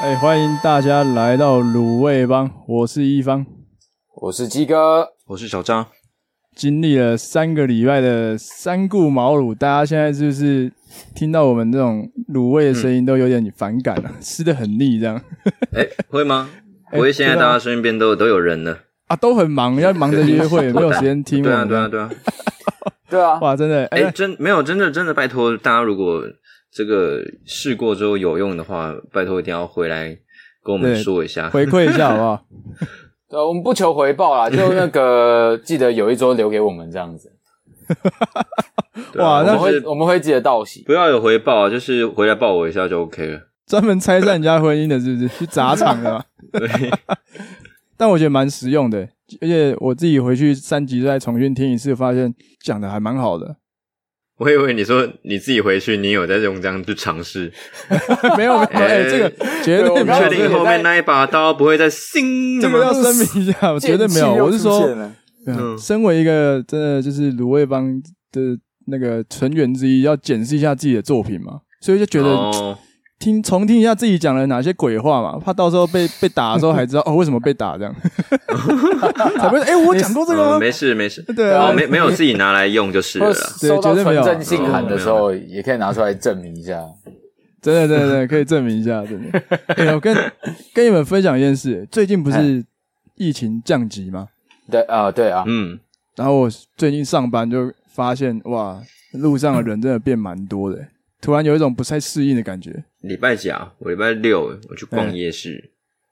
哎、欢迎大家来到卤味帮，我是一方。我是鸡哥，我是小张，经历了三个礼拜的三顾茅庐，大家现在是不是听到我们这种卤味的声音都有点反感嗯了、吃的很腻这样哎、会吗？哎不会，现在对啊大家身边都都有人了。啊？都很忙，要 忙着约会，没有时间听我啊对啊，们。对啊，对啊。对啊，哇，真的哎、哎、真没有，真的真的，拜托大家，如果这个试过之后有用的话，拜托一定要回来跟我们对说一下。回馈一下好不好？对啊，我们不求回 报啦，就那个记得有一周留给我们这样子，对啊哇我那我们们是会我们会记得道喜。不要有回报啊，就是回来抱我一下就 OK 了。专门拆散人家婚姻的，是不是？去砸场 的嘛。 但我觉得蛮实用的，而且我自己回去三集再重新听一次，发现讲的还蛮好的。 我以为你说你自己回去，你有在用这样去尝试，没有没有，哎、这个绝对我对没刚有确这刚也定个在后面那一把刀不会再哦嗯兴这个要声明一下，我绝对没有。我是剑气说又出现，了嗯嗯身为一个真的就是卤味帮的那个成员之一，要检视一下自己的作品嘛，所以就觉得哦，听重听一下自己讲了哪些鬼话嘛，怕到时候被被打的时候还知道哦为什么被打 这样，才不会哎我讲过这个嗯吗？没事没事，对啊哦，没没有自己拿来用就是 啊嗯或了啦。者对收到绝对没有啊纯正信函的时候，也可以拿出来证明一下。真的真的真的可以证明一下，真的。哎，我跟跟你们分享一件事，最近不哎是疫情降级吗？对啊，对啊，嗯，然后我最近上班就发现，哇，路上的人真的变蛮多的，突然有一种不太适应的感觉。礼拜几啊？我礼拜六我去逛夜市，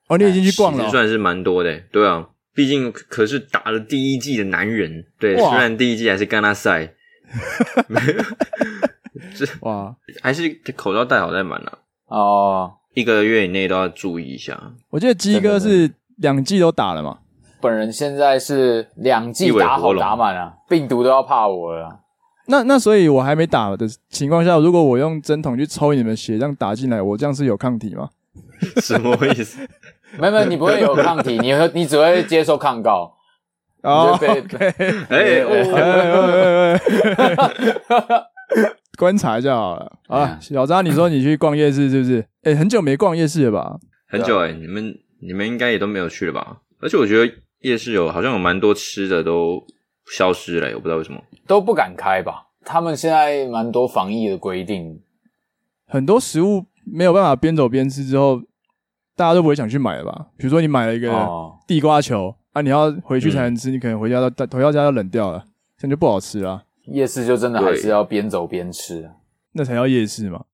哦，你已经嗯哎去逛了哦、其实算是蛮多的。对啊，毕竟可是打了第一季的男人，对，哇虽然第一季还是跟他赛，哇！还是口罩戴好再买啦。哦，一个月以内都要注意一下， 我记得鸡哥是两季都打了嘛，本人现在是两季一尾打活好龙打满啊，病毒都要怕我了啊。那那所以我还没打的情况下，如果我用针筒去抽你们血，这样打进来，我这样是有抗体吗？什么意思？没有没有，你不会有抗 体，你会你只会接受抗告。哦，你就被 OK 哎， 哎哦哎哎哎哎观察一下好了。好哎了呀，小张，你说你去逛夜市是不是？哎、很久没逛夜市了吧？很久哎，你们你们应该也都没有去了吧？而且我觉得夜市有好像有蛮多吃的都消失了，我不知道为什么。都不敢开吧？他们现在蛮多防疫的规定，很多食物没有办法边走边吃之后，大家都不会想去买了吧？比如说你买了一个哦，地瓜球、啊，你要回去才能吃，你可能回家到回到家要冷掉了，这样就不好吃啦。夜市就真的还对是要边走边吃。啊那才叫夜市嘛，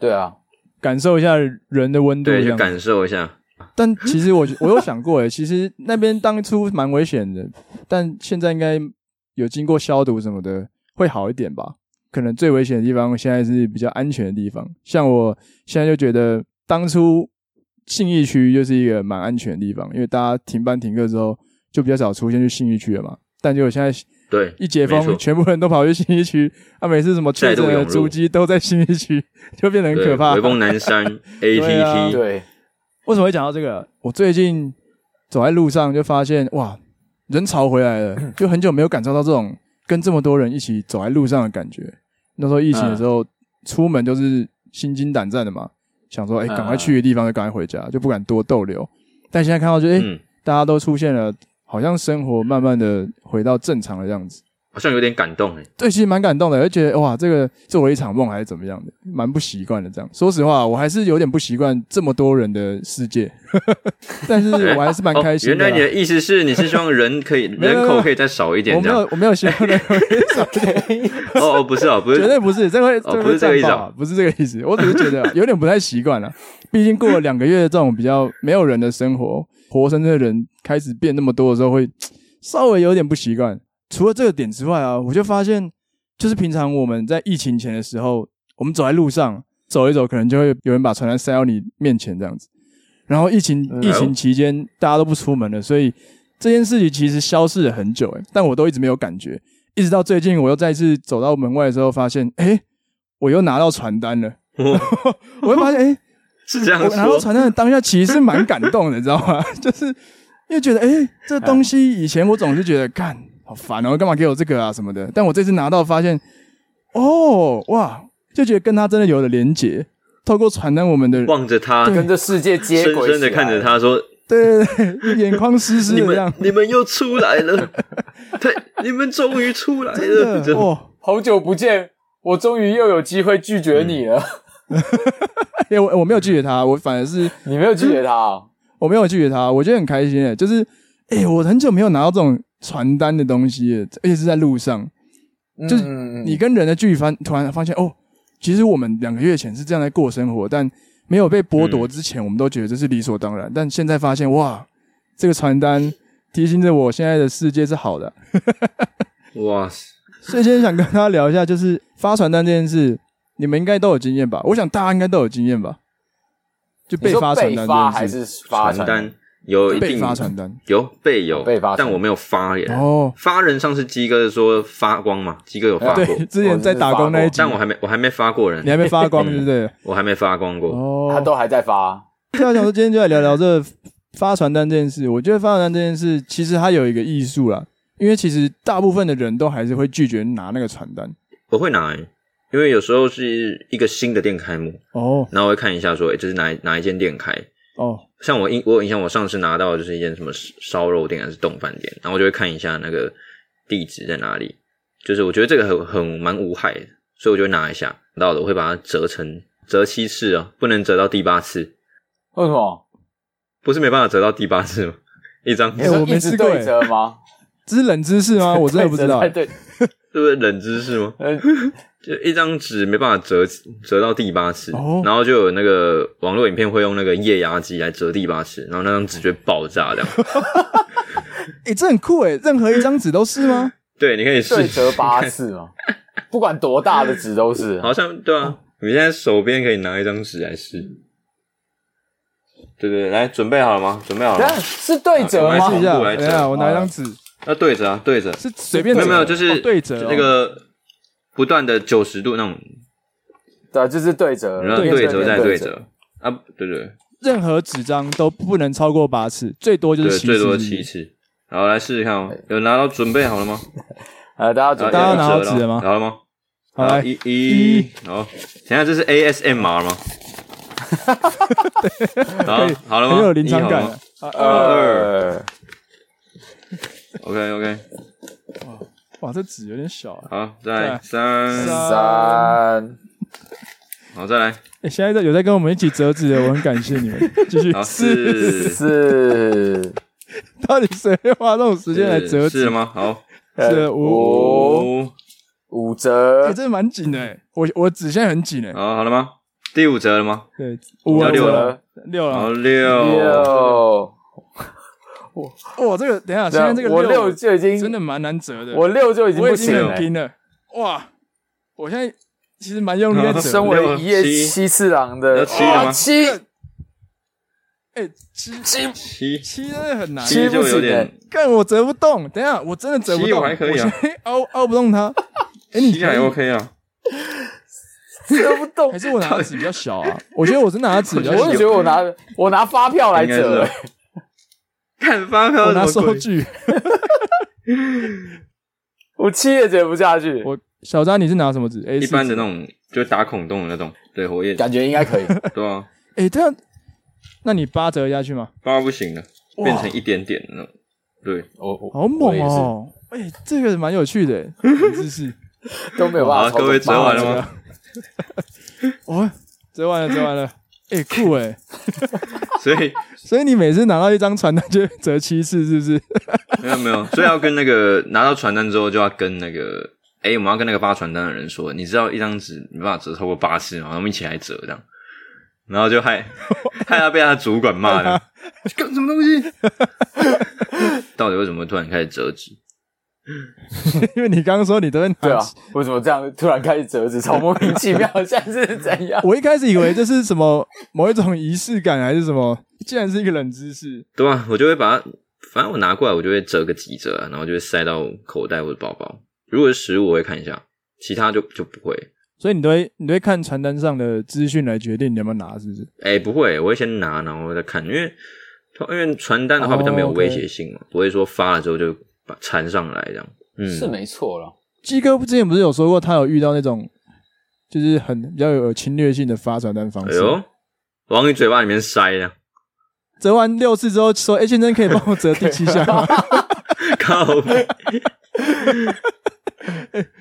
对啊，感受一下人的温度这对，去样。感受一下。但其实我我有想过诶，其实那边当初蛮危险的，但现在应该有经过消毒什么的，会好一点吧。可能最危险的地方现在是比较安全的地方，像我现在就觉得当初信义区就是一个蛮安全的地方，因为大家停班停课之后就比较少出现去信义区了嘛。但结果现在对，一解没错封，全部人都跑去信义区，啊，每次什么确诊再度涌的入足迹都在信义区，就变得很对可怕。回风 南山啊，ATT，对，为什么会讲到这个？我最近走在路上就发现，哇，人潮回来 了，就很久没有感受到这种跟这么多人一起走在路上的感觉。那时候疫情的时候，出门就是心惊胆战的嘛，想说，哎、嗯赶快去的地方就赶快回家，就不敢多逗留。但现在看到就，哎、嗯，大家都出现了，好像生活慢慢的回到正常的样子。好像有点感动哎。对，其实蛮感动的，而且哇，这个作为一场梦还是怎么样的，蛮不习惯的。这样，说实话，我还是有点不习惯这么多人的世界， 但是我还是蛮开心哦。原的啦、来你的意思是，你是希望人可以 没有人口可以再少一点我这没样？有，我没有希望那个 哦哦，不是哦，不绝是，对不是，这个会哦这不是这个意思战啊报啊，不是这个意思。我只是觉 得有点不太习惯了，毕竟过了两个月这种比较没有人的生活，活生生的人开始变那么多的时候，会稍微有点不习惯。除了这个点之外啊，我就发现，就是平常我们在疫情前的时候，我们走在路上走一走，可能就会有人把传单塞到你面前这样子。然后疫情嗯疫情期间大家都不出门了，所以这件事情其实消失了很久、欸，但我都一直没有感觉，一直到最近我又再次走到门外的时候，发现，哎、我又拿到传单了。 哦我会发现，哎、是这样我拿到说。传单的当下，其实是蛮感动的，你知道吗？就是因为觉得，哎、这东西以前我总是觉得，干好烦哦，干嘛给我这个啊什么的。但我这次拿到，发现，哦，哇，就觉得跟他真的有了连结，透过传单我们的，望着他，跟这世界接深轨，深的看着，他说对对对，眼眶湿：“湿你的们样，你们又出来 了，对，你们终于出来了。”子，真的哇！好久不见，我终于又有机会拒绝你了。嗯哎，我我没有拒绝他，我反而是 你没有拒绝他啊、我没有拒绝他，我觉得很开心诶，就是哎、欸我很久没有拿到这种传单的东西了，而且是在路上，就是嗯你跟人的距离翻，突然发现哦，其实我们两个月前是这样在过生活，但没有被剥夺之前，我们都觉得这是理所当然，但现在发现哇，这个传单提醒着我现在的世界是好的，哇塞，所以今天想跟大家聊一下，就是发传单这件事，你们应该都有经验吧？我想大家应该都有经验吧？就你被说发传被单发这还件事，是发传单有一被定发传单有被有被发传但我没有发耶。哦，发人上次鸡哥说发光嘛，鸡哥有发啊过，对，之前在打工那一集但，我还没我还没发过人你，还没发嗯光，对不对？我还没发光过。哦他，都还在发，那啊想说今天就来聊聊这发传单这件事。我觉得发传单这件事其实它有一个艺术啦，因为其实大部分的人都还是会拒绝拿那个传单。我会拿耶，因为有时候是一个新的店开幕，哦然后我会看一下说，哎，这是哪一哪一间店开。哦，像我印我有印象，我上次拿到的就是一间什么烧肉店还是冻饭店，然后我就会看一下那个地址在哪里。就是我觉得这个很很蛮无害的，所以我就会拿一下。拿到的我会把它折成折七次啊，不能折到第八次，为什么？不是没办法折到第八次吗？一张 你哎说我没一直试过对哎折吗？这是冷知识吗？我真的不知道哎对。对，这不是冷知识吗？呃，就一张纸没办法折折到第八次，哦然后就有那个网络影片会用那个液压机来折第八次，然后那张纸就会爆炸这样。哎，这很酷哎，任何一张纸都是 吗？对，你可以试对折八次嘛，不管多大的纸都是。好像对哦啊，你现在手边可以拿一张纸来试。对对，对来准备好了吗？准备好等了一下吗？是对折我们试还一吗下，等是？啊我来折一下，啊我拿一张纸，要对折啊，对折。是随便没折有没有，就是哦对折哦那个不断的九十度那种，对，啊就是对折，然后对对折折再对对。折啊，对对对任何纸张都不能超过八次，最多就对，是七最多七次。次。好，来试试看哦。有拿到准备好了吗？呃，大家准大家备拿拿好纸了吗拿了吗？好来一一，好，等一下这是 ASMR 吗？好，好了吗？很有临场感一好了啊吗。二， OK OK，哇，这纸有点小啊。好，再来三三，三，好，再来，哎，现在在有在跟我们一起折纸的，我很感谢 你们。继续好试，四，四，到底谁会花这种时间来折是纸了？吗？好，是呃哦五，五，五折哎，，这蛮紧的欸，我我纸现在很紧哎。好，好了吗？第五折了吗？对，五要折六了了，六啊好，了。六，六，哇，这个等一下，现在这个啊我六就已经真的蛮难折的，我六就已经我不已经行很了。拼了。哇，我现在其实蛮用力在折身的。为一夜七七次郎的要七了吗哇七哎，七七七，七真的很难。欸七就有欸点，干我折不动，等一下我真的折不七动，我还可以啊我现在凹凹不动它。哎、你七可还以 OK 啊，折不 动还，是我拿的纸比较小啊？我觉得我是拿的纸比较我小，也觉得我拿我拿发票来应该是折欸啊，。看发票我什拿么收鬼？据。我七也折不下去，我小张，你是拿什么纸？A 一4般的那种，就打孔洞的那种，对，活页，感觉应该可以。对啊，哎、这样，那你八折下去吗？八不行了，哇变成一点点的那种，对，我我好猛哦、哎、这个蛮有趣的、 欸，冷知识。都没有办好，法啊操作。各位折完了妈吗？哦，折完了，折完了。哎、酷 哎、所以所以你每次拿到一张传单就会折七次，是不是？ 没有没有，所以要跟那个拿到传单之后，就要跟那个，哎、我们要跟那个发传单的人说，你知道一张纸没办法折超过八次吗？我们一起来折这样，然后就害 害他被他主管骂了，干什么东西？ 到底为什么突然开始折纸？因为你刚刚说你都在拿对啊，为什么这样突然开始折纸，超莫名其 妙，现在是怎样？我一开始以为这是什么某一种仪式感，还是什么，竟然是一个冷知识。对啊，我就会把它，反正我拿过来，我就会折个几折啊，然后就会塞到口袋或者包包。如果是食物，我会看一下，其他就就不会。所以你都会你都会看传单上的资讯来决定你要不要拿，是不是？哎、不会，我会先拿，然后再看，因为因为传单的话比较没有哦，OK 威胁性嘛不会说发了之后就把缠上来这样。嗯，是没错了，鸡哥之前不是有说过他有遇到那种就是很比较有侵略性的发传单方哎式。呦，往你嘴巴里面塞呀，折完六次之后说：“哎、先生，可以帮我 折啊第七下吗？ 靠北！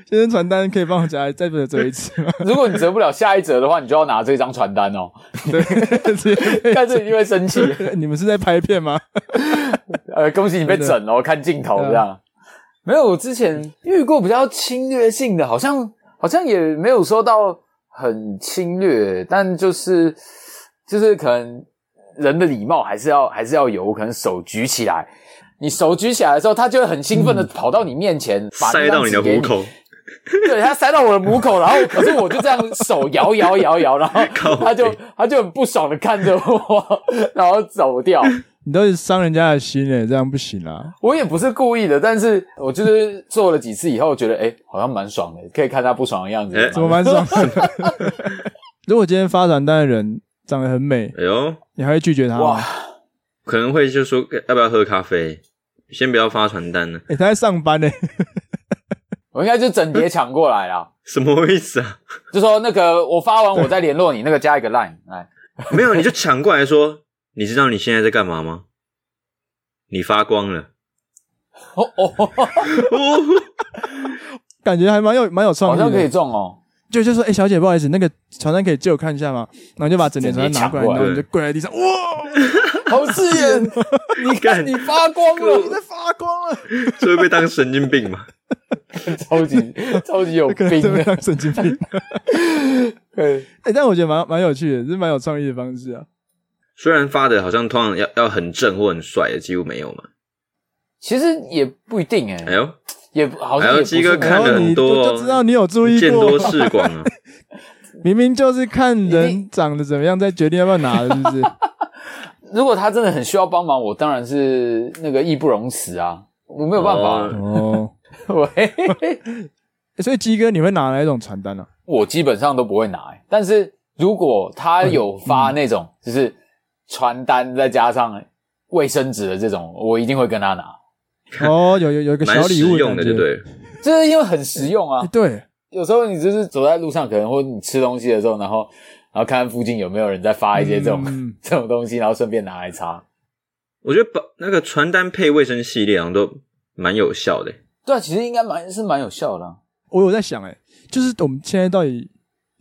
先生传单可以帮我夹再折折一次 吗如果你折不了下一折的话，你就要拿这张传单 哦。？”直接但是一定会生气，被 你们是在拍片吗？呃，恭喜你被整了，看镜啊头这样。没有，我之前遇过比较侵略性的，好像好像也没有说到很侵略，但就是就是可能人的礼貌还是要还是要有，可能手举起来。你手举起来的时候，他就会很兴奋的跑到你面前，把那嗯塞张到你纸的给虎，口， 对他塞到我的母口，然后可是我就这样手摇摇摇摇，然后靠他就北他就很不爽的看着我，然后走 掉。你都是伤人家的心哎、这样不行啦。我也不是故意的，但是我就是做了几次以后，觉得哎、诶好像蛮爽的，可以看他不爽的样子，诶怎么蛮爽的？如果今天发传单的人长得很美，哎呦，你还会拒绝他吗哇？，可能会就说要不要喝咖啡，先不要发传单呢，哎、他在上班呢、我应该就整叠抢过来啦， 什么意思啊？ 就说那个我发完我再联络你，那个加一个 line 哎来，没有，你就抢过来说，你知道你现在在干嘛吗？你发光了，哦 哦，哦，感觉还蛮有蛮有创好意的。像可以中 哦，就就说，哎、小姐，不好意思，那个传单可以借我看一下吗？然后就把整叠传单拿过来，整然叠抢过来后你就跪在地上，哇，好刺眼，你看干你发光你 了，在发光了，这会被当神经病吗？超级超级有 可能病真的的，当神经病。对，哎、但我觉得蛮蛮有趣的，这是蛮有创意的方式啊。虽然发的好像通常要要很正或很帅的，几乎没有嘛。其实也不一定哎、哎呦，也好哎像呦也不鸡是哥没有看然了后很你多就哦就知道你有注意见过多，识广啊，明明就是看一人定长得怎么样，再决定要不要拿的，是 不是？如果他真的很需要帮忙，我当然是那个义不容辞啊，我没有办法，哦、 我。欸所以鸡哥，你会拿哪一种传 单啊？我基本上都不会拿、欸但是如果他有发那嗯种就是传单再加上卫生纸的这种，我一定会跟他拿，哦，有有有一个蛮 小礼实物用的，感觉就对了。就是因为很实用啊欸。对，有时候你就是走在路上，可能或你吃东西的时候，然后然后看看附近有没有人在发一些这种、嗯这种东西，然后顺便拿来擦。我觉得把那个传单配卫生系列好像都蛮有效的。对啊，其实应该蛮是蛮有效的啊、我有在想、哎，就是我们现在到底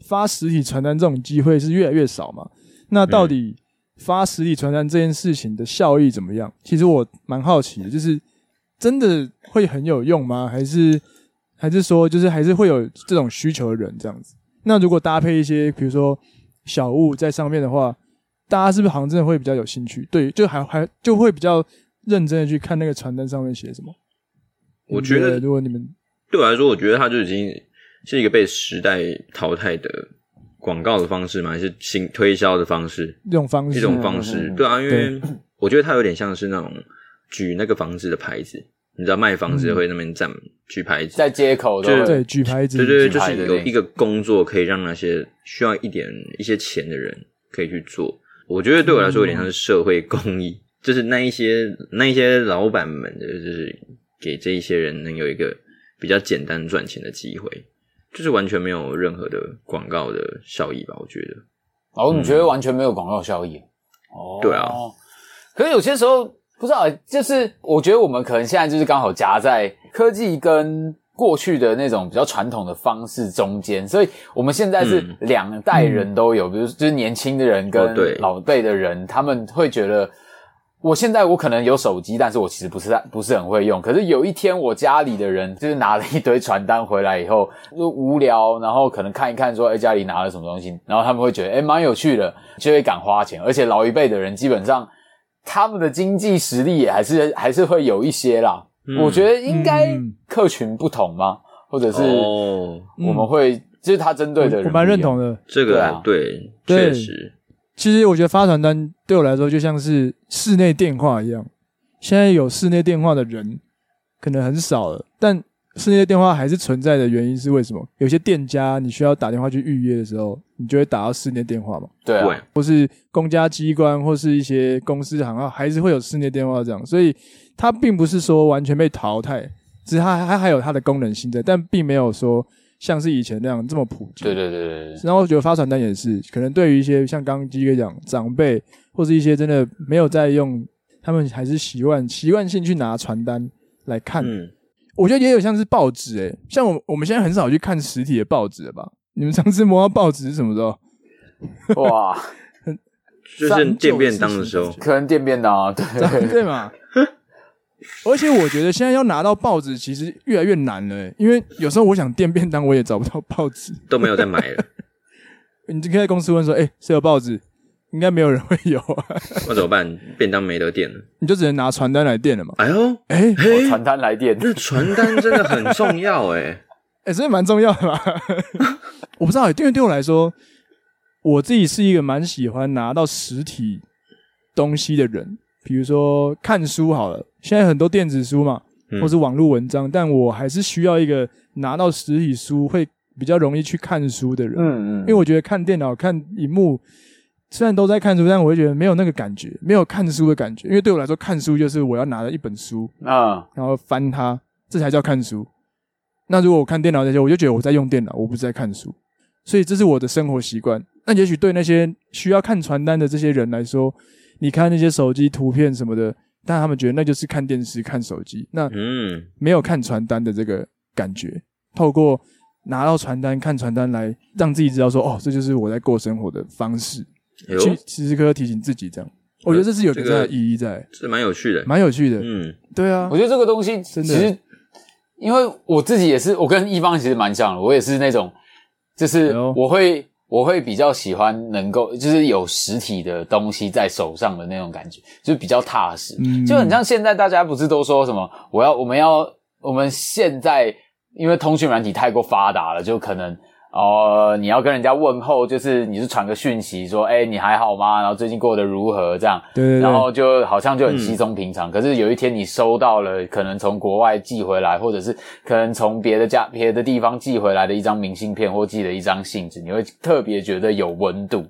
发实体传单这种机会是越来越少嘛？那到底嗯发实体传单这件事情的效益怎么样？其实我蛮好奇的，就是真的会很有用吗？还是还是说，就是还是会有这种需求的人这样子？那如果搭配一些，比如说小物在上面的话，大家是不是好像真的会比较有兴趣？对，就还还就会比较认真的去看那个传单上面写什么。我觉得如果你们对我来说，我觉得它就已经是一个被时代淘汰的广告的方式嘛，还是新推销的方式这种方式，一种方嗯式。对啊，因为我觉得它有点像是那种举那个房子的牌子，你知道卖房子嗯的会那边站举牌子，在街口都就是会对，举牌子，对对对，品就牌是的有那一个工作可以让那些需要一点一些钱的人可以去做。我觉得对我来说有点像是社会公益，就是那一些那一些老板们，就是给这一些人能有一个比较简单赚钱的机会，就是完全没有任何的广告的效益吧？我觉得，哦，你觉得完全没有广告效益？哦，嗯对啊。可是有些时候不知道，就是我觉得我们可能现在就是刚好夹在科技跟过去的那种比较传统的方式中间，所以我们现在是嗯两代人都有，比如就是年轻的人哦对跟老辈的人，他们会觉得。我现在我可能有手机，但是我其实不是不是很会用。可是有一天我家里的人就是拿了一堆传单回来以后，就无聊，然后可能看一看说，哎、家里拿了什么东西，然后他们会觉得，哎、蛮有趣的，就会敢花钱。而且老一辈的人基本上他们的经济实力也还是还是会有一些啦。嗯我觉得应该嗯客群不同嘛，或者是哦，我们会、就是他针对的人我蛮不一样认同的。这对个啊对，对确实，其实我觉得发传单对我来说就像是室内电话一样，现在有室内电话的人可能很少了，但室内电话还是存在的原因是为什么？有些店家你需要打电话去预约的时候，你就会打到室内电话嘛，对啊对，或是公家机关或是一些公司行号，还是会有室内电话这样，所以它并不是说完全被淘汰，只是它它还有它的功能性在，但并没有说像是以前那样这么普及。对对对对对，然后我觉得发传单也是，可能对于一些像刚刚鸡哥讲长辈，或是一些真的没有在用，他们还是习惯习惯性去拿传单来看。嗯，我觉得也有像是报纸，诶，像我我们现在很少去看实体的报纸了吧？你们上次摸到报纸是什么时候？哇，就是垫便当的时候，可能店便当啊，对， 对嘛？而且我觉得现在要拿到报纸其实越来越难了、欸，因为有时候我想垫便当，我也找不到报纸。 都没有再买了，你就可以在公司问说：“哎、谁有报纸？”应该没有人会有啊，那怎么办？便当没得垫了。你就只能拿传单来垫了嘛。哎呦，哎、哎、嘿，传单来电，那传单真的很重要 哎。欸所以蛮重要的 嘛。我不知道、欸，因为对我来说，我自己是一个蛮喜欢拿到实体东西的人。比如说看书好了，现在很多电子书嘛，嗯或是网络文章，但我还是需要一个拿到实体书会比较容易去看书的人。嗯嗯，因为我觉得看电脑、看荧幕，虽然都在看书，但我会觉得没有那个感觉，没有看书的感觉。因为对我来说，看书就是我要拿着一本书，啊，然后翻它，这才叫看书。那如果我看电脑那些，我就觉得我在用电脑，我不是在看书。所以这是我的生活习惯。那也许对那些需要看传单的这些人来说，你看那些手机图片什么的，但他们觉得那就是看电视、看手机，那嗯，没有看传单的这个感觉。透过拿到传单、看传单来让自己知道说，哦，这就是我在过生活的方式，哎呦去，时时刻刻提醒自己这样。我觉得这是有个这这样个的意义在，这蛮有趣的。蛮有趣的。嗯，对啊我，觉得这个东西其真的实，因为我自己也是，我跟一方其实蛮像的，我也是那种，就是哎呦我会我会比较喜欢能够就是有实体的东西在手上的那种感觉，就是比较踏实，嗯就很像现在大家不是都说什么我要我们要我们现在因为通讯软体太过发达了，就可能。哦，你要跟人家问候，就是你是传个讯息说，哎、你还好吗？然后最近过得如何？这样，对对嗯对。然后就好像就很稀松平常。可是有一天你收到了，可能从国外寄回来，或者是可能从别的家、别的地方寄回来的一张明信片或寄的一张信纸，你会特别觉得有温度。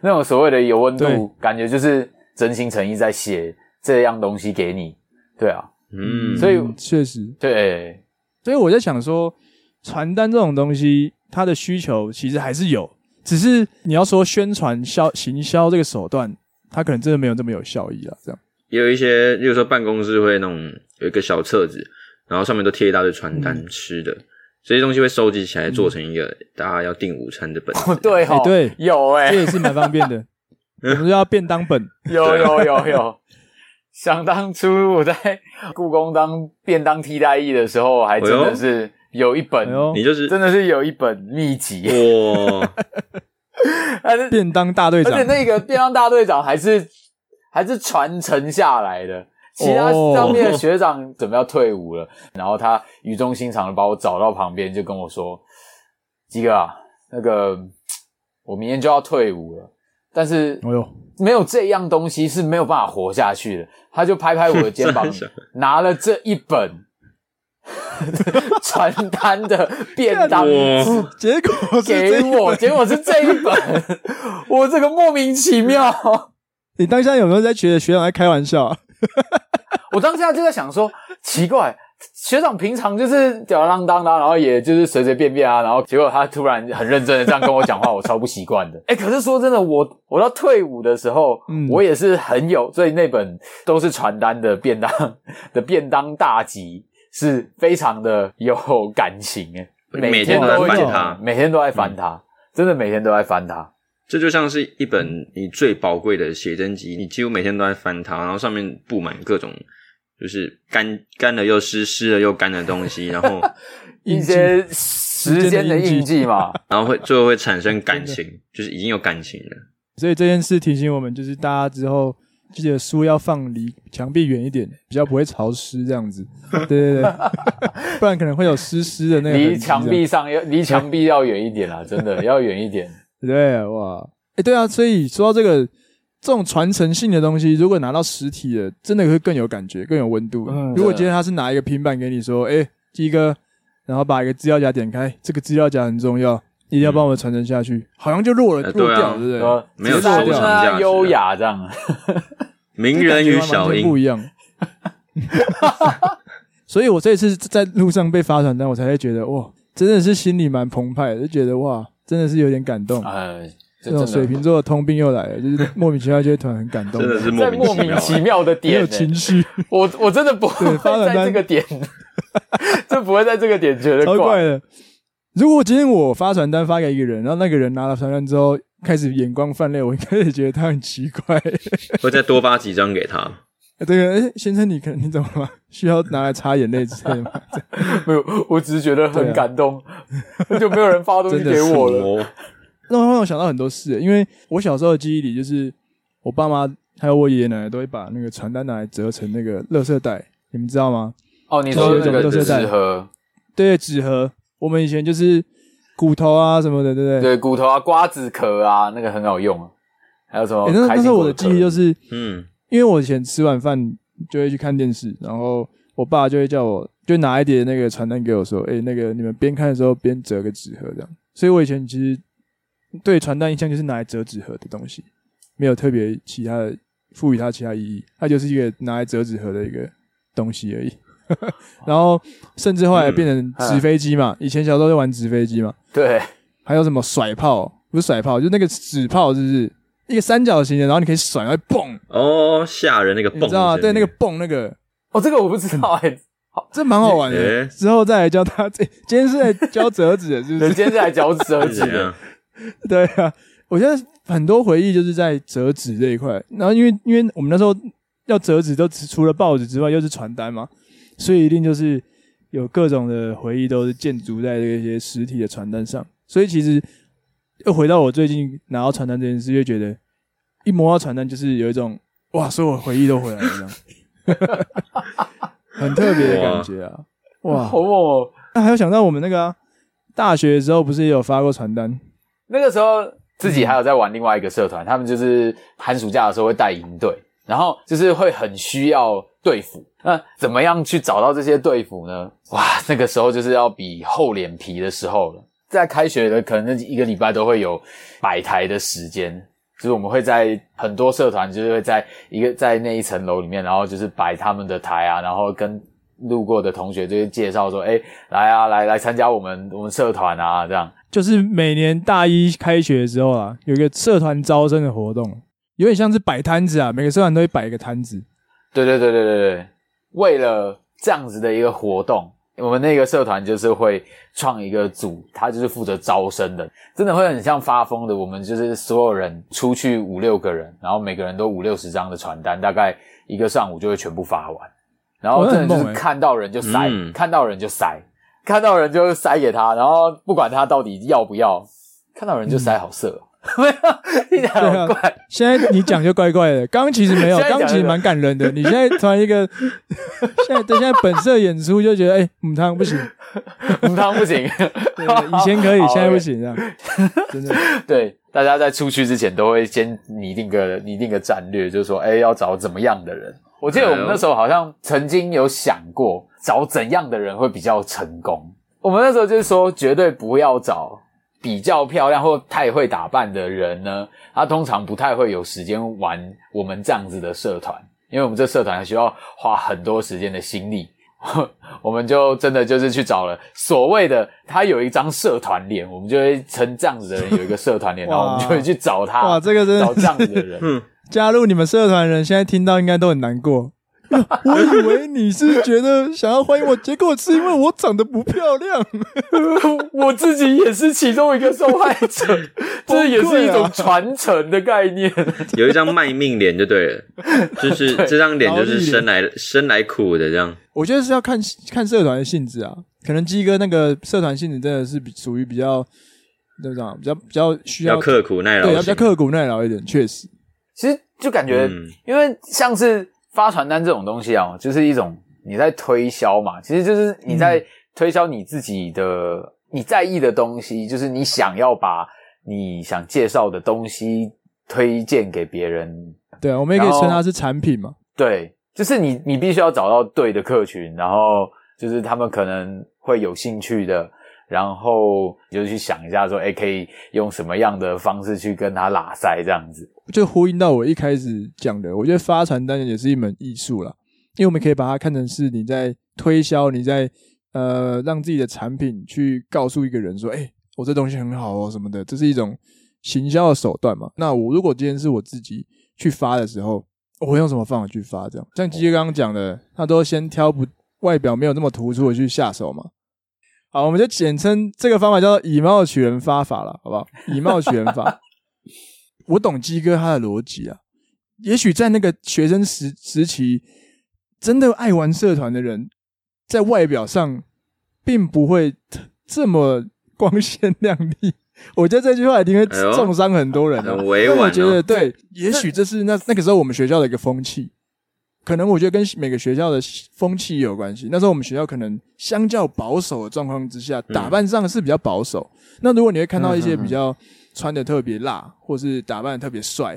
那种所谓的有温对度，感觉就是真心诚意在写这样东西给你。对啊，嗯，所以嗯确实，对，所以我在想说，传单这种东西，它的需求其实还是有，只是你要说宣传销行销这个手段，它可能真的没有这么有效益啊了。这样，也有一些，例如说办公室会那种有一个小册子，然后上面都贴一大堆传单、嗯吃的，这些东西会收集起来做成一个大家要订午餐的本子。哦对哦，哎对有哎、这也是蛮方便 的。我们就要便当本，有有有有。想当初我在故宫当便当替代役的时候，还真哎的呦是有一本哎呦你就是真的是有一本 秘籍，哇，但是便当大队而长且，那个便当大队长还是还是传承下来的，其他哦上面的学长准备要退伍了，然后他语重心长的把我找到旁边，就跟我说：“鸡哥啊，那个我明天就要退伍了，但是哎呦，没有这样东西是没有办法活下去的。”他就拍拍我的肩膀 真的是，拿了这一本 传单的便当哇是结果是 给这一我，本结果是这一本，我这个莫名其妙，你当下有没有在觉得学长在开玩笑、啊？ 我当下就在想说，奇怪，学长平常就是吊儿郎当的啊，然后也就是随随便便啊，然后结果他突然很认真的这样跟我讲话，我超不习惯的。 哎、可是说真的，我我到退伍的时候，嗯我也是很有，所以那本都是传单的便当 的便当大集是非常的有感情哎，每天都在会翻讲它每天都在翻它，真的每天都在翻它。这就像是一本你最宝贵的写真集，你几乎每天都在翻它，然后上面布满各种就是干干了又湿、湿了又干的东西，然后一些时间的印记 嘛。然后会最后会产生感情，就是已经有感情了。所以这件事提醒我们，就是大家之后记得书要放离墙壁远一点，比较不会潮湿这样 子。对对对，不然可能会有湿湿的那个痕迹离墙这样壁上要离墙壁要远一点啦，真的要远一点。对，哇，哎、对啊，所以说到这个这种传承性的东西，如果拿到实体的，真的会更有感觉，更有温度。嗯如果真的今天他是拿一个平板给你说，哎、鸡哥，然后把一个资料夹点开，这个资料夹很重要，一定要帮我们传承下去，好像就弱了，呃弱对啊掉，对不对？说没有只是收藏啊价值啊优雅 这样。名人与感觉小完全樱不一样。 所以我这一次在路上被发传单，我才会觉得哇，真的是心里蛮澎湃的，就觉得哇，真的是有点感动。呃，这这种水真的瓶座的通病又来了，就是莫名其妙就会突然很感 动，真的是在莫莫名其名妙其欸。妙的很点有欸，情绪，我我真的不对会发了在单这个点， 这不会在这个点觉得超怪怪。的。如果今天我发传单发给一个人，然后那个人拿了传单之后开始眼光泛泪，我应该也觉得他很奇怪。 欸会再多发几张给他，这个哎，先生，你可能你怎么了吗？需要拿来擦眼泪之类的吗？没有，我只是觉得对很啊感动， 就没有人发东西真的给是我了。哦，那让我想到很多事，因为我小时候的记忆里，就是我爸妈还有我爷爷奶奶都会把那个传单拿来折成那个垃圾袋，你们知道吗？哦，你就是有说一那种个垃圾袋纸盒，对，纸盒。我们以前就是骨头啊什么的，对不对？对，骨头啊、瓜子壳啊，那个很好用啊。还有什么诶那哦开那时心候果壳？我的记忆就是，嗯，因为我以前吃完饭就会去看电视，然后我爸就会叫我，就拿一叠那个传单给我说：“哎、那个你们边看的时候边折个纸盒这样。”所以我以前其实对传单印象就是拿来折纸盒的东西，没有特别其他的赋予它其他意义，它就是一个拿来折纸盒的一个东西而已。 然后甚至后来变成纸飞机嘛，以前小时候就玩纸飞机嘛，对，还有什么甩炮，不是甩炮，就那个纸炮，就是一个三角形的，然后你可以甩，然后蹦，哦，吓人那个你 蹦的知声音，道吗？啊对，那个蹦那个，哦，这个我不知道哎、这蛮好玩 的。诶之后再来教他，这今天是来教折纸的，是不人是？间是来嚼纸盒是纸怎的，样？ 对啊，我现在很多回忆就是在折纸这一块。然后因为因为我们那时候要折纸，都只除了报纸之外，又是传单嘛，所以一定就是有各种的回忆都是建筑在这些实体的传单上。所以其实又回到我最近拿到传单这件事，就觉得一摸到传单就是有一种哇，所有回忆都回来了，这样 很特别的感觉啊！哇，好猛哦！那还有想到我们那个啊、大学的时候，不是也有发过传单？那个时候自己还有在玩另外一个社团，他们就是寒暑假的时候会带营队，然后就是会很需要队服。那怎么样去找到这些队服呢？哇，那个时候就是要比厚脸皮的时候了。在开学的可能那一个礼拜都会有摆台的时间，就是我们会在很多社团，就是会在一个在那一层楼里面，然后就是摆他们的台啊，然后跟路过的同学就是介绍说，哎、来啊，来来参加我们我们社团啊，这样。就是每年大一开学的时候啊，有一个社团招生的活动，有点像是摆摊子啊，每个社团都会摆一个摊子。对对对对对对，为了这样子的一个活动，我们那个社团就是会创一个组，他就是负责招生的，真的会很像发疯的。我们就是所有人出去五六个人，然后每个人都五六十张的传单，大概一个上午就会全部发完。然后哦那真很的就猛是欸看到人就塞，嗯看到人就塞，看到人就塞给他，然后不管他到底要不要，看到人就塞，好色哦、 没有，听起来好对啊怪。现在你讲就怪怪的， 刚刚其实没有，现在刚讲刚其实蛮感人的。你现在突然一个， 现在对现在本色演出就觉得，哎、母汤不 行，嗯，汤不行。对对对以前可以，好现在不 OK 行，这样 真的。 对，大家在出去之前都会先拟定个拟定个战略，就是说，哎，要找怎么样的人。我记得我们那时候好像曾经有想过，找怎样的人会比较成功。我们那时候就是说，绝对不要找比较漂亮或太会打扮的人呢，他通常不太会有时间玩我们这样子的社团，因为我们这社团还需要花很多时间的心力。 我们就真的就是去找了所谓的他有一张社团脸，我们就会成这样子的人有一个社 团脸，哇然后我们就会去找他，哇，这个真的找这是样子的人。 加入你们社团的人，现在听到应该都很难过。 我以为你是觉得想要欢迎我，结果是因为我长得不漂亮。 我自己也是其中一个受害 者，这也是崩一溃种啊传承的概念。有一张卖命脸就对了，就是这张脸就是生来生来苦的这样，我觉得是要看看社团的性质啊，可能鸡哥那个社团性质真的是比属于比较怎么讲，比较比较需要刻苦耐劳对，型，要比较刻苦耐劳一点，确实。其实就感觉嗯，因为像是发传单这种东西啊，就是一种你在推销嘛，其实就是你在推销你自己的、你在意的东西，就是你想要把你想介绍的东西推荐给别人，对啊，我们也可以然后称它是产品嘛。对，就是你你必须要找到对的客群，然后就是他们可能会有兴趣的，然后你就去想一下说，哎，可以用什么样的方式去跟他拉塞这样子，就呼应到我一开始讲的，我觉得发传单也是一门艺术啦，因为我们可以把它看成是你在推销，你在呃让自己的产品去告诉一个人说，哎、我这东西很好哦什么的，这是一种行销的手段嘛。那我如果今天是我自己去发的时候，哦我会用什么方法去发？这样，哦像鸡哥刚刚讲的，他都先挑不外表没有那么突出的去下手嘛。好，我们就简称这个方法叫做以貌取人发法了，好不好？以貌取人法， 我懂鸡哥他的逻辑啊。也许在那个学生时时期，真的爱玩社团的人，在外表上并不会这么光鲜亮丽。 我觉得这句话一定会哎呦重伤很多人的、啊很委婉哦我觉得对，也许这是那那个时候我们学校的一个风气，可能我觉得跟每个学校的风气有关系。那时候我们学校可能相较保守的状况之下，打扮上是比较保守。那如果你会看到一些比较穿的特别辣，或是打扮得特别帅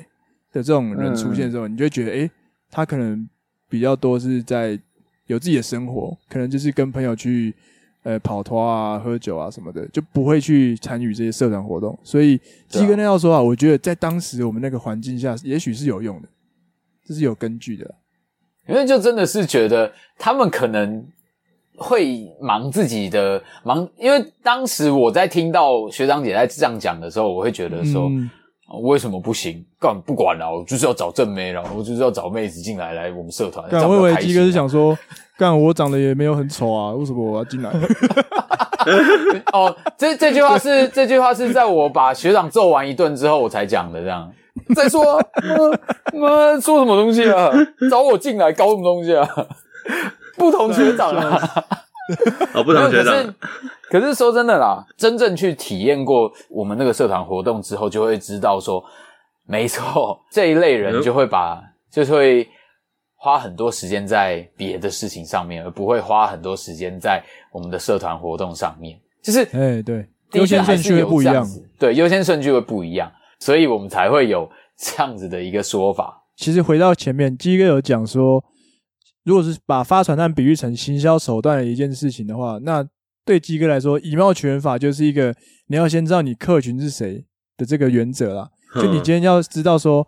的这种人出现的时候，你就会觉得，诶、他可能比较多是在有自己的生活，可能就是跟朋友去呃跑团啊、喝酒啊什么的，就不会去参与这些社团活动。所以对啊鸡哥那要说啊，我觉得在当时我们那个环境下，也许是有用的，这是有根据的。因为就真的是觉得他们可能会忙自己的忙，因为当时我在听到学长姐在这样讲的时候，我会觉得说、嗯，哦为什么不行？干不管了，我就是要找正妹了，我就是要找妹子进来来我们社团。这干样比我较以为开心鸡哥是啊想说，干我长得也没有很丑啊，为什么我要进 来？哦，这这句话是 这句话是在我把学长揍完一顿之后我才讲的，这样。再说， 妈、妈说什么东西啊？找我进来搞什么东西啊？ 不同学长啊。哦，不同学没有 长，可是，可是说真的啦，真正去体验过我们那个社团活动之后，就会知道说，没错， 这一类人嗯就会把，就是会花很多时间在别的事情上面，而不会花很多时间在我们的社团活动上面。就是哎、对，优的确先还顺是序会有不一这样样。子，对，优先顺序会不一样，所以我们才会有这样子的一个说法。其实回到前面，鸡哥有讲说，如果是把发传单比喻成行销手段的一件事情的话，那对鸡哥来说，以貌取人法就是一个你要先知道你客群是谁的这个原则啦。嗯就你今天要知道说，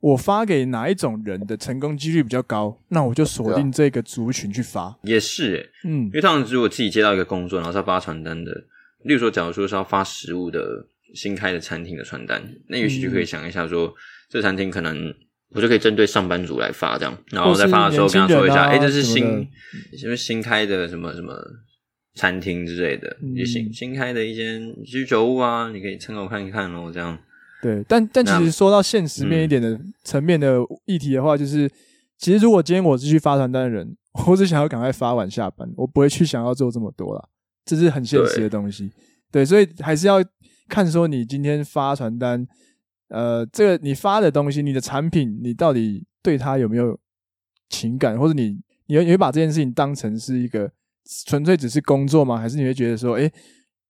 我发给哪一种人的成功几率比较高，那我就锁定这个族群去发。也是欸耶，嗯因，为通常如果自己接到一个工作，然后是要发传单的，例如说，假如说是要发食物的新开的餐厅的传单，那也许就可以想一下说，这餐厅可能我就可以针对上班族来发这样，然后在发的时候跟他说一或是年轻人啊下，哎、这是什么新的什么新开的什么什么餐厅之类的嗯也行，新开的一间居酒屋啊，你可以参考看一看哦，这样。对，但但其那实说到现实面一点的层面的议题的话，就是其实如果今天我是去发传单的人，我只想要赶快发完下班，我不会去想要做这么多啦，这是很现实的东西。对，所以还是要看说你今天发传单，呃，这个你发的东西，你的产品，你到底对它有没有情感，或者你你会你会把这件事情当成是一个纯粹只是工作吗？还是你会觉得说，诶、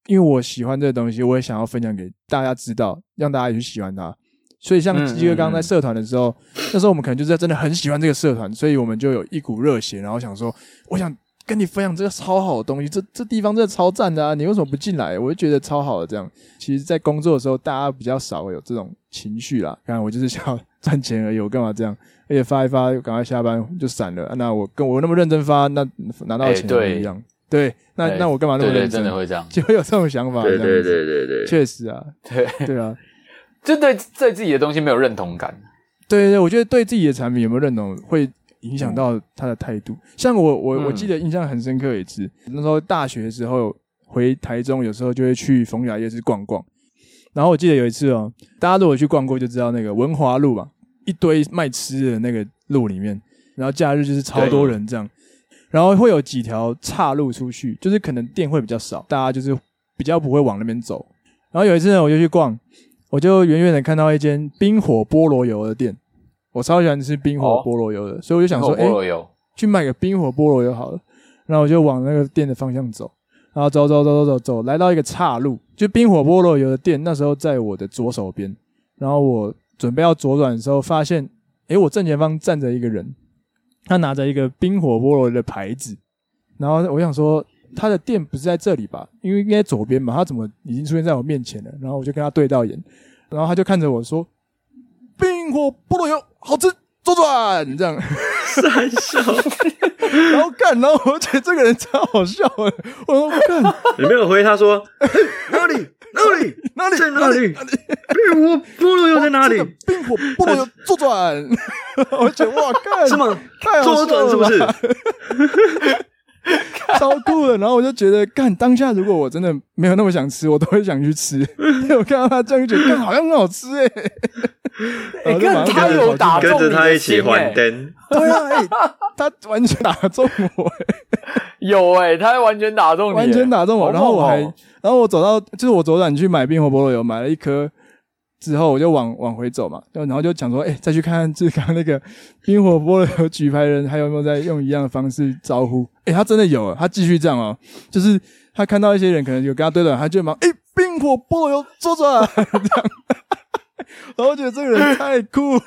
因为我喜欢这个东西，我也想要分享给大家知道，让大家也去喜欢它。所以像嗯鸡哥刚刚在嗯社团的时候，那时候我们可能就是真的很喜欢这个社团，所以我们就有一股热血，然后想说，我想跟你分享这个超好的东西，这这地方真的超赞的啊！你为什么不进来？我就觉得超好的这样。其实，在工作的时候，大家比较少有这种情绪啦。当然，我就是想要 赚钱而已，我干嘛这样？而且发一发，赶快下班就散了。啊那我跟我那么认真发，那拿到哎钱对也一样。对，那哎那我干嘛那对么对，认真真？的会这 样。就会有这种想法。对啊这样对子，对对对，确实啊，对，对啊，就对对自己的东西没有认同感。对对对，我觉得对自己的产品有没有认同，会影响嗯到他的态度。像我，我我嗯记得印象很深刻一次，那时候大学的时候回台中，有时候就会去逢甲夜市逛逛。然后我记得有一次哦，大家如果去逛过就知道那个文华路嘛，一堆卖吃的那个路里面，然后假日就是超多人这样，然后会有几条岔路出去，就是可能店会比较少，大家就是比较不会往那边走。然后有一次呢，我就去逛，我就远远的看到一间冰火菠萝油的店，我超喜欢吃冰火哦菠萝油的，所以我就想说，火哎、菠萝油，去买个冰火菠萝油好了。然后我就往那个店的方向走，然后走走走走走走，来到一个岔路，就冰火菠萝油的店，那时候在我的左手边。然后我准备要左转的时候，发现，诶，我正前方站着一个人，他拿着一个冰火菠萝油的牌子。然后我想说，他的店不是在这里吧？因为应该左边嘛，他怎么已经出现在我面前了？然后我就跟他对到眼，然后他就看着我说：“冰火菠萝油好吃，左转。”这样， 三小，然后干，然后我觉得这个人超好笑的，我说干， 你没有回他说嘿哪里哪里 哪里在哪里？壁虎 菠萝油在哪里这个？冰火菠萝油左转，我觉得哇 干，是吗？太好左笑转了，是不是？超酷的。然后我就觉得，干当下如果我真的没有那么想吃，我都会想去吃。 因为我看到他这样就觉得，干好像很好吃哎、哎然后就马上干他跟着有跑去 打吃哎跟着他一起打中你还哎欸灯，对啊，哎、他完全打中我、有哎、他完全打中你、欸完全打中我。好然后我还，猛哦然后我走到，就是我左转去买冰火菠萝油，买了一颗之后，我就往往回走嘛，然后就想说，哎、再去看看志刚那个冰火菠萝油举牌人还有没有在用一样的方式招呼。哎、他真的有了，他继续这样哦、就是他看到一些人可能有跟他对打，他就忙，哎、冰火菠萝油左转 这样。然后我觉得这个人太酷了，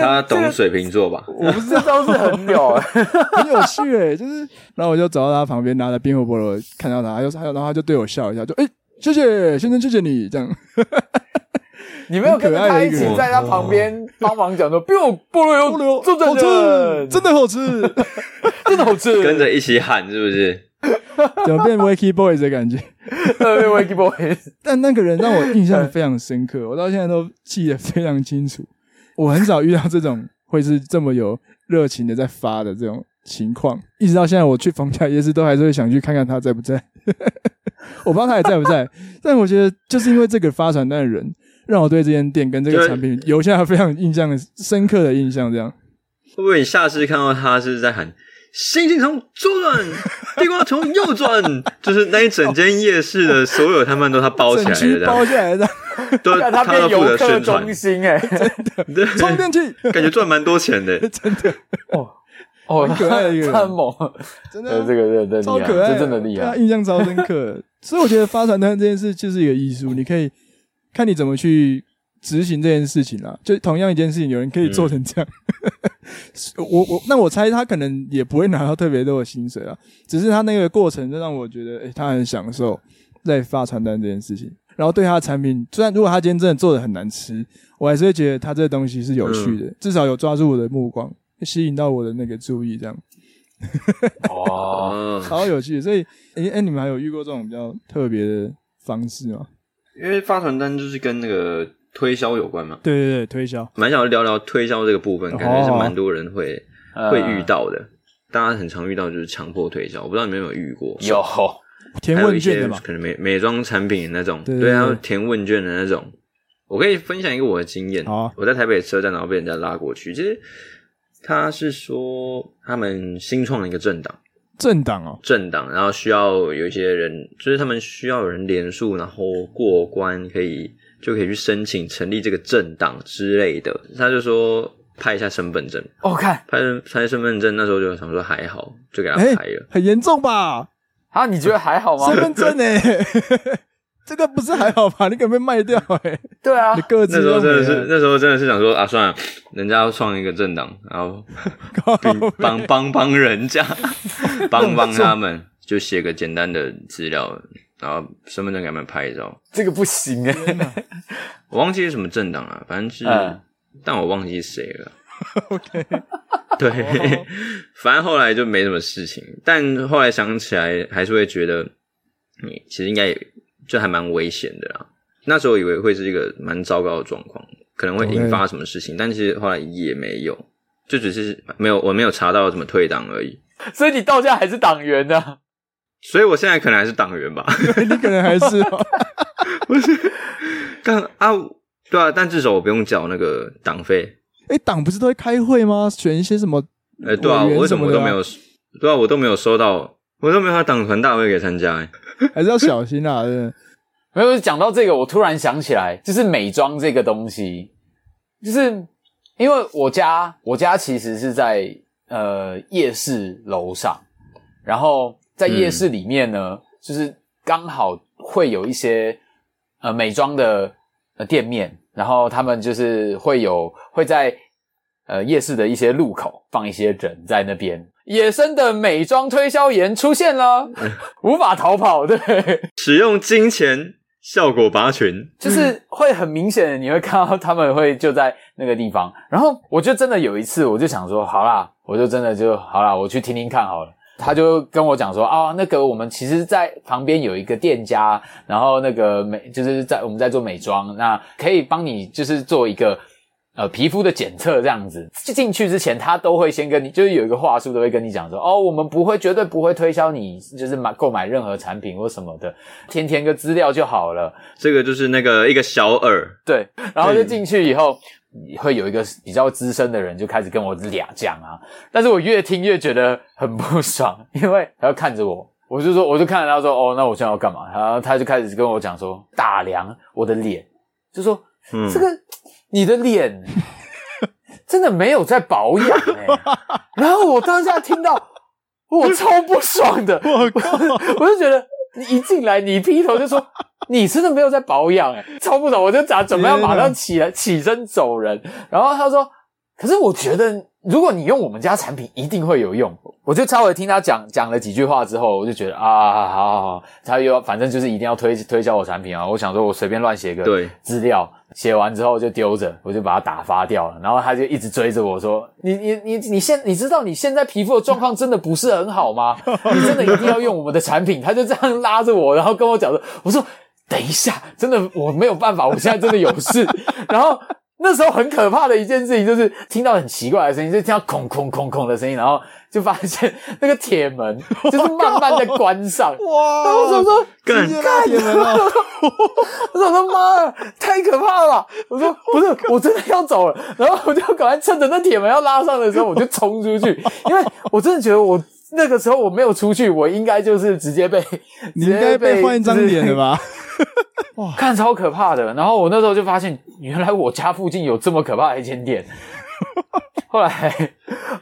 他懂水瓶座吧？我不知道是很屌、欸，很有趣哎、就是，然后我就走到他旁边，拿着冰火菠萝，看到他，他就他就然后他就对我笑一下，就哎、谢谢先生，谢谢你这样。你没有跟着他一起在他旁边帮忙讲说，比我菠萝菠萝油真哦好的吃，真的好吃，真的好吃，跟着一起喊是不是？怎么变 Wacky Boys 的感觉？特别 Wiki Boys，但那个人让我印象非常深 刻，我到现在都记得非常清楚。我很少遇到这种会是这么有热情的在发的这种情况，一直到现在我去逢甲夜市都还是会想去看看他在不在。 我不知道他还在不在，但我觉得就是因为这个发传单的人，让我对这间店跟这个就是产品留下非常印象的深刻的印象。这样，会不会你下次看到他是在喊“星星从左转，地瓜从右转”，就是那一整间夜市的所有摊贩都他包起整来区的，这包样下来 的， 都看他变都游负责客宣传中，心 哎、对，充电器， 感觉赚蛮多钱的。哦，很可爱的一个人 他很猛，真的啊、呃，这个真的超厉害，可爱的，这真的厉对啊害，印象超深 刻。所以我觉得发传单这件事就是一个艺术，你可以看你怎么去执行这件事情啦。就同样一件事情，有人可以做成这样。 我我那我猜他可能也不会拿到特别多的薪水啊，只是他那个过程就让我觉得，诶、他很享受在发传单这件事情。然后对他的产品，虽然如果他今天真的做的很难吃，我还是会觉得他这东西是有趣嗯的，至少有抓住我的目光，吸引到我的那个注意，这样。啊哦， 哦，超有趣。所以，哎、哎、你们还有遇过这种比较特别的方式吗？因为发传单就是跟那个推销有关嘛，对对对，推销。蛮想要聊聊推销这个部分，感觉是蛮多人会嗯 会遇到的。大家很常遇到就是强迫推销，我不知道你们有没有遇过？有填还有问一卷些的嘛，可能美美妆产品的那种，对对对对还有填问卷的那种。我可以分享一个我的经验。好啊我在台北车站，然后被人家拉过去。其实他是说他们新创了一个政党，政党哦，政党，然后需要有一些人，就是他们需要有人联署，然后过关可以就可以去申请成立这个政党之类的。他就说拍一下身份证，哦，看拍拍身份证，那时候就想说还好，就给他哎、拍了。很严重吧？啊，你觉得还好吗身？份证哎、 这个不是还好吧？你可能被卖掉哎、对啊你，各自那时候都真没的是，了。那时候真的是想说啊，算了，人家要创一个政党，然 后并帮帮帮人家，帮帮他们，就写个简单的资料，然后身份证给他们拍一张。这个不行哎、我忘记是什么政党啊了，反正是，嗯但我忘记是谁了。OK，对，反正后来就没什么事情，但后来想起来还是会觉得，嗯，其实应该也就还蛮危险的啦。那时候以为会是一个蛮糟糕的状况，可能会引发什么事情但其实后来也没有，就只是没有我没有查到怎么退党而已。所以你到家还是党员啊呢、所以我现在可能还是党员吧。 你可能还是、哦、 但啊，对啊，但至少我不用缴那个党费。哎，党不是都会开会吗？选一些什么？哎、对啊，委员我为什什么么的啊都没有？对啊，我都没有收到，我都没有他党团大会给参加、欸。还是要小心 啊！真的，没有讲到这个，我突然想起来，就是美妆这个东西，就是因为我家我家其实是在呃夜市楼上，然后在夜市里面呢，就是刚好会有一些呃美妆的呃店面，然后他们就是会有会在呃夜市的一些路口放一些人在那边。野生的美妆推销员出现了，无法逃跑。对，使用金钱效果拔群，就是会很明显的，你会看到他们会就在那个地方。然后我就真的有一次，我就想说，好啦，我就真的就好啦，我去听听看好了。他就跟我讲说，啊，那个我们其实，在旁边有一个店家，然后那个美就是在我们在做美妆，那可以帮你就是做一个呃皮肤的检测这样子。进去之前，他都会先跟你，就是有一个话术都会跟你讲说，哦，我们不会绝对不会推销你，就是买购买任何产品或什么的，填填个资料就好了。这个就是那个一个小耳，对，然后就进去以后，会有一个比较资深的人就开始跟我俩讲啊，但是我越听越觉得很不爽， 因为他就看着我，我就说，我就看着他说，哦，那我现在要干嘛？然后他就开始跟我讲说，打量我的脸，就说嗯，这个你的脸真的没有在保养哎、然后我当下听到，我超不爽的，我靠！我就觉得你一进来，你劈头就说你真的没有在保养、欸，超不懂。我就咋准备要马上起来起身走人，然后他说，可是我觉得如果你用我们家产品，一定会有用。我就稍微听他讲讲了几句话之后，我就觉得啊，好好好，他又要反正就是一定要推推销我产品啊。我想说我随便乱写个对资料。写完之后就丢着，我就把它打发掉了。然后他就一直追着我说：“你你你你现你知道你现在皮肤的状况真的不是很好吗？你真的一定要用我们的产品。”他就这样拉着我，然后跟我讲说：“我说等一下，真的我没有办法，我现在真的有事。” 然后那时候很可怕的一件事情就是听到很奇怪的声音，就听到空空空空的声音，然后就发现那个铁门 就是慢慢的关上。然后我想哇！说，直接拉铁门哦了，我说他妈的太可怕了吧！我说不是，我真的要走了。 然后我就赶快趁着那铁门要拉上的时候，我就冲出去，因为我真的觉得我那个时候我没有出去，我应该就是直接被 你应该被换一张脸的？直接吧？被看超可怕的。然后我那时候就发现，原来我家附近有这么可怕的一间店。 后来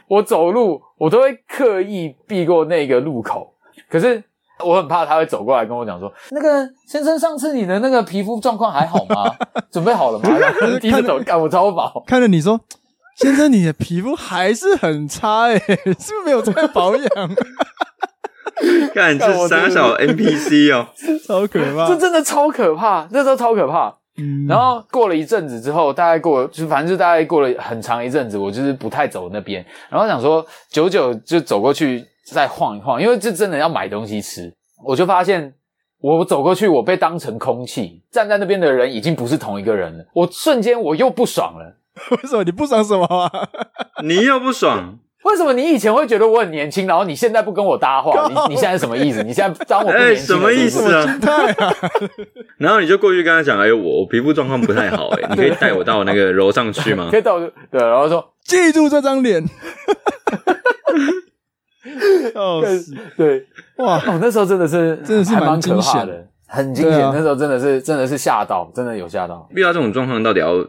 我走路，我都会刻意避过那个路口，可是我很怕他会走过来跟我讲说：“那个先生，上次你的那个皮肤状况还好吗？准备好了吗？”低着头干我超 饱，看着你说，先生，你的皮肤还是很差哎、是不是没有在保养？干干我这三小 NPC 哦，超可这怕！真的超可怕，那时候超可怕。嗯然后过了一阵子之后，大概过了，就反正就大概过了很长一阵子，我就是不太走那边，然后想说久久就走过去再晃一晃，因为这真的要买东西吃，我就发现。我走过去，我被当成空气，站在那边的人已经不是同一个人了。我瞬间我又不爽了，为什么你不爽什么 啊？你又不爽，为什么你以前会觉得我很年轻，然后你现在不跟我搭话？你你现在是什么意思？你现在当我不哎，年轻什了么意是不思是啊？然后你就过去跟他讲，哎，我我皮肤状况不太好，哎，你可以带我到那个楼上去吗可？以到对，然后说记住这张 脸。笑死！对，哇，哦，那时候真的是真的是还蛮蛮可惊怕险的，很惊险。对啊那时候真的是真的是吓到，真的有吓到。遇到这种状况，到底要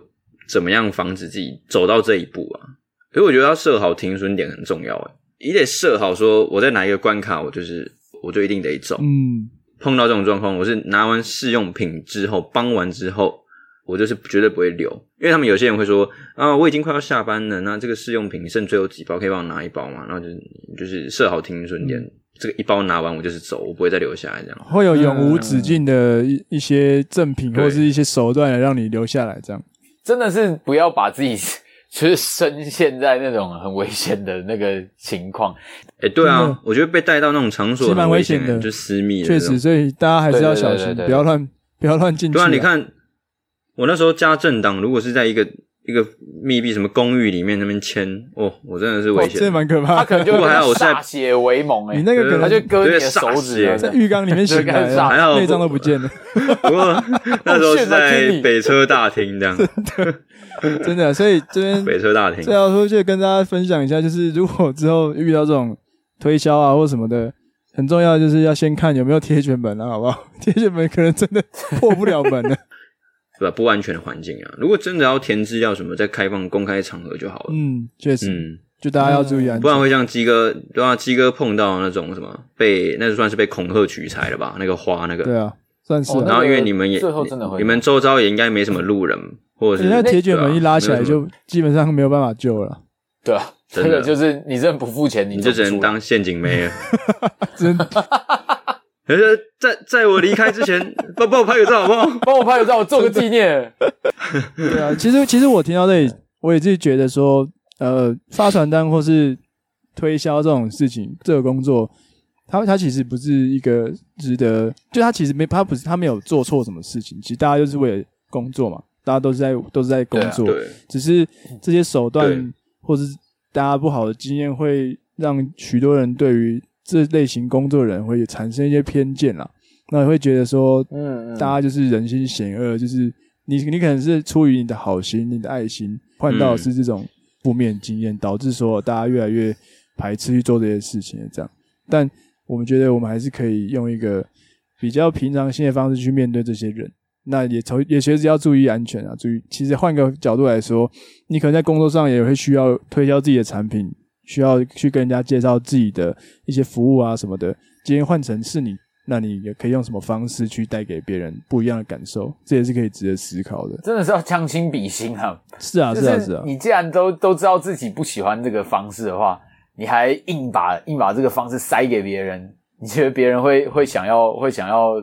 怎么样防止自己走到这一步啊？所以我觉得要设好停损点很重要，哎，你得设好说我在哪一个关卡，我就是我就一定得走。嗯，碰到这种状况，我是拿完试用品之后，帮完之后，我就是绝对不会留，因为他们有些人会说，啊，我已经快要下班了，那这个试用品剩最后几包，可以帮我拿一包吗？然后就是就是设好停损嗯点，这个一包拿完我就是走，我不会再留下来这样。会有永无止境的一一些赠品对或是一些手段来让你留下来，这样。真的是不要把自己 就是深陷在那种很危险的那个情况。哎、对真啊的，我觉得被带到那种场所是蛮很危危欸险的就私密的确这种实，所以大家还是要小对心，对对对对不要乱不要乱进去。对啊，你，看我那时候加政党，如果是在一个一个密闭什么公寓里面那边签，哦，我真的是危哦， 这险。蛮可怕他的。可 能就不过还好会我现在歃血为盟哎、你那个可他能就割你的对手歃指啊这血在样浴缸里面醒来 这个还好了，内脏都不见了，不 过那时候是在北车大厅这样，真的。啊所以这 边北车大厅这。要说就跟大家分享一下，就是如果之后遇到这种推销啊或什么的，很重要就是要先看有没有贴卷本啊，好不好？ 贴卷本可能真的破不了本啊了。对吧？不安全的环境啊，如果真的要填资料什么，在开放公开场合就好了。 嗯，确实，嗯，就大家要注意安不然全。会像鸡哥，对啊，鸡哥碰到那种什么被，那就算是被恐吓取材了吧？那个花那个，对啊，算是哦啊。然后因为你们也，最后真的会你们周遭也应该没什么路人，或者人是家铁卷门一拉起来，对啊没有什么就基本上没有办法救了，对啊，这真的个就是你真的不付钱，你 你就只走能不出来 当陷阱妹了。真然后就在在我离开之前， 帮帮我拍个照好不好？帮我拍个照，我做个纪念。 对 啊，其实其实我听到这里，我也是觉得说，呃，发传单或是推销这种事情，这个工作，它它其实不是一个值得，就它其实没它不是它没有做错什么事情，其实大家就是为了工作嘛，大家都是在都是在工作，对，只是这些手对段或是大家不好的经验，会让许多人对于这类型工作人会产生一些偏见啦。那也会觉得说，嗯嗯，大家就是人心险恶，就是你你可能是出于你的好心、你的爱心，换到的是这种负面经嗯验，导致说大家越来越排斥去做这些事情，这样。但我们觉得我们还是可以用一个比较平常心的方式去面对这些人。那也从也随时要注意安全啊，注意。其实换个角度来说，你可能在工作上也会需要推销自己的产品，需要去跟人家介绍自己的一些服务啊什么的。今天换成是你，那你也可以用什么方式去带给别人不一样的感受？这也是可以值得思考的。真的是要将心比心啊！是啊，就是啊，是啊，你既然都都知道自己不喜欢这个方式的话，你还硬把硬把这个方式塞给别人，你觉得别人会会想要会想要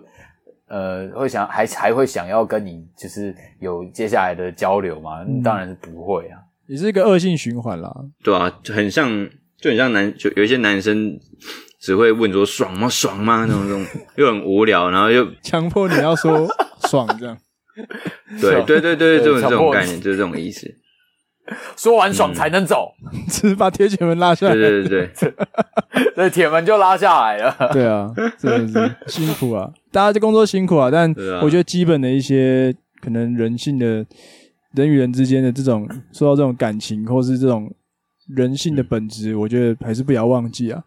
呃会想还还会想要跟你就是有接下来的交流吗？嗯当然是不会啊。也是一个恶性循环啦。对啊，就很像，就很像男，就有一些男生只会问说爽吗？爽吗？那种那种 又很无聊，然后又强迫你要说 爽这样，对爽对对对对，这种强迫这种概念就是这种意思。 说完爽才能走，只是把铁血门拉下对来。对对 对，所以铁门就拉下来了。 对啊，真的是辛苦啊，大家在工作辛苦啊，但对啊我觉得基本的一些可能人性的人与人之间的这种说到这种感情或是这种人性的本质，我觉得还是不要忘记啊。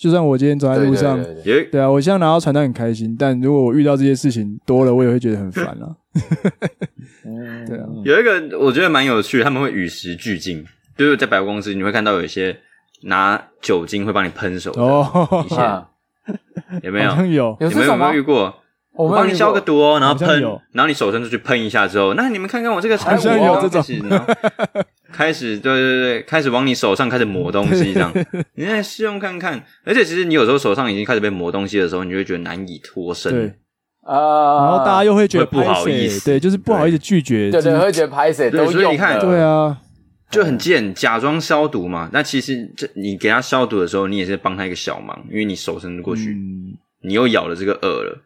就算我今天走在对路对上，对对，也对啊，我现在拿到传单很开心，但如果我遇到这些事情多了，我也会觉得很烦啊。嗯，对啊有一个我觉得蛮有趣的，他们会与时俱进，就是在百货公司你会看到有一些拿酒精会帮你喷手的，哦，以前啊，有没有好？像有，哦有你们这有种没吗有遇？过？我没有帮你遇消过个毒哦，然好后喷像有，然后你手伸出去喷一下之后，那你们看看我这个产品好哦，像有这种开始然后 开始对对对，开始往你手上开始抹东西这样，你再试用看看。而且其实你有时候手上已经开始被抹东西的时候，你就会觉得难以脱对身，，啊，然后大家又会觉得会不好拍谁意思对，就是不好意思拒绝，对就对是会觉得拍谁对都所以用你看了对啊，就很贱，假装消毒嘛。但其实这你给他消毒的时候，你也是帮他一个小忙，因为你手伸过去，嗯，你又咬了这个饵了。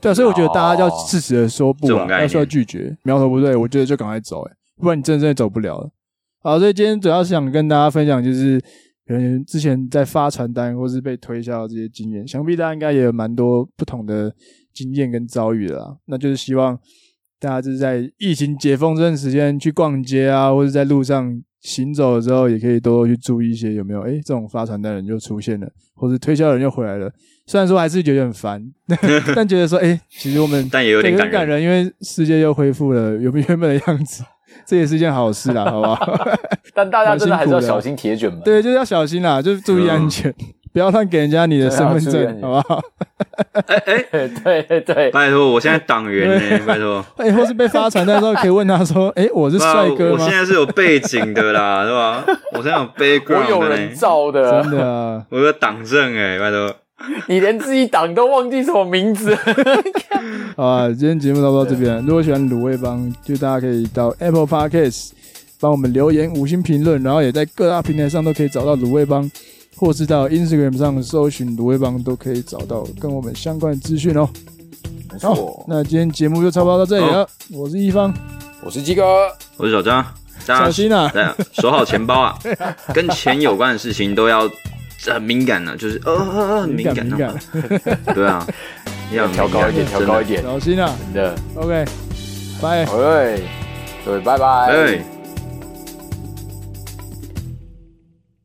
对啊，所以我觉得大家要哦适时的说不这啊种，概念要说拒绝，苗头不对，我觉得就赶快走、欸，不然你真的真的走不了了。好，所以今天主要是想跟大家分享，就是可能之前在发传单或是被推销的这些经验，想必大家应该也有蛮多不同的经验跟遭遇的啦。那就是希望大家就是在疫情解封这段时间去逛街啊，或者在路上行走的时候，也可以多多去注意一些有没有诶、这种发传单的人又出现了，或是推销的人又回来了。虽然说还是觉得很烦， 但觉得说诶、其实我们但也有点对感人因为世界又恢复了原原本的样子，这也是一件好事啦，好不好？ 但大家真的还是要蛮辛苦的小心铁卷门。对，就是要小心啦，就是注意嗯安全，不要乱给人家你的身份对啊注意安证，全好不好？哎哎， 对对对，拜托，我现在党 员呢，拜托。哎，或是被发传单的时候，可以问他说：“哎，我是哇帅哥我吗现在是有背景的 啦，是吧？我现在有我 background 有的人呢，造？”的， 真的啊，我有党证哎，拜托。你连自己党都忘记什么名字。好啊，今天节目差不多到这边。如果喜欢卤味帮，就大家可以到 Apple Podcast 帮我们留言、五星评论，然后也在各大平台上都可以找到卤味帮，或是到 Instagram 上搜寻卤味帮，都可以找到跟我们相关的资讯哦。没好，哦那今天节目就差不多到这里了。我是一方，我是鸡哥，我是小张，大小家心啊！大家守好钱 包啊，跟钱有关的事情都要很敏感的，就是呃呃呃很敏感感敏感啊，，对啊，要很调敏感高一点，调高一，点，小心啊真的。 ！OK，拜。喂，对，拜拜。真的哎。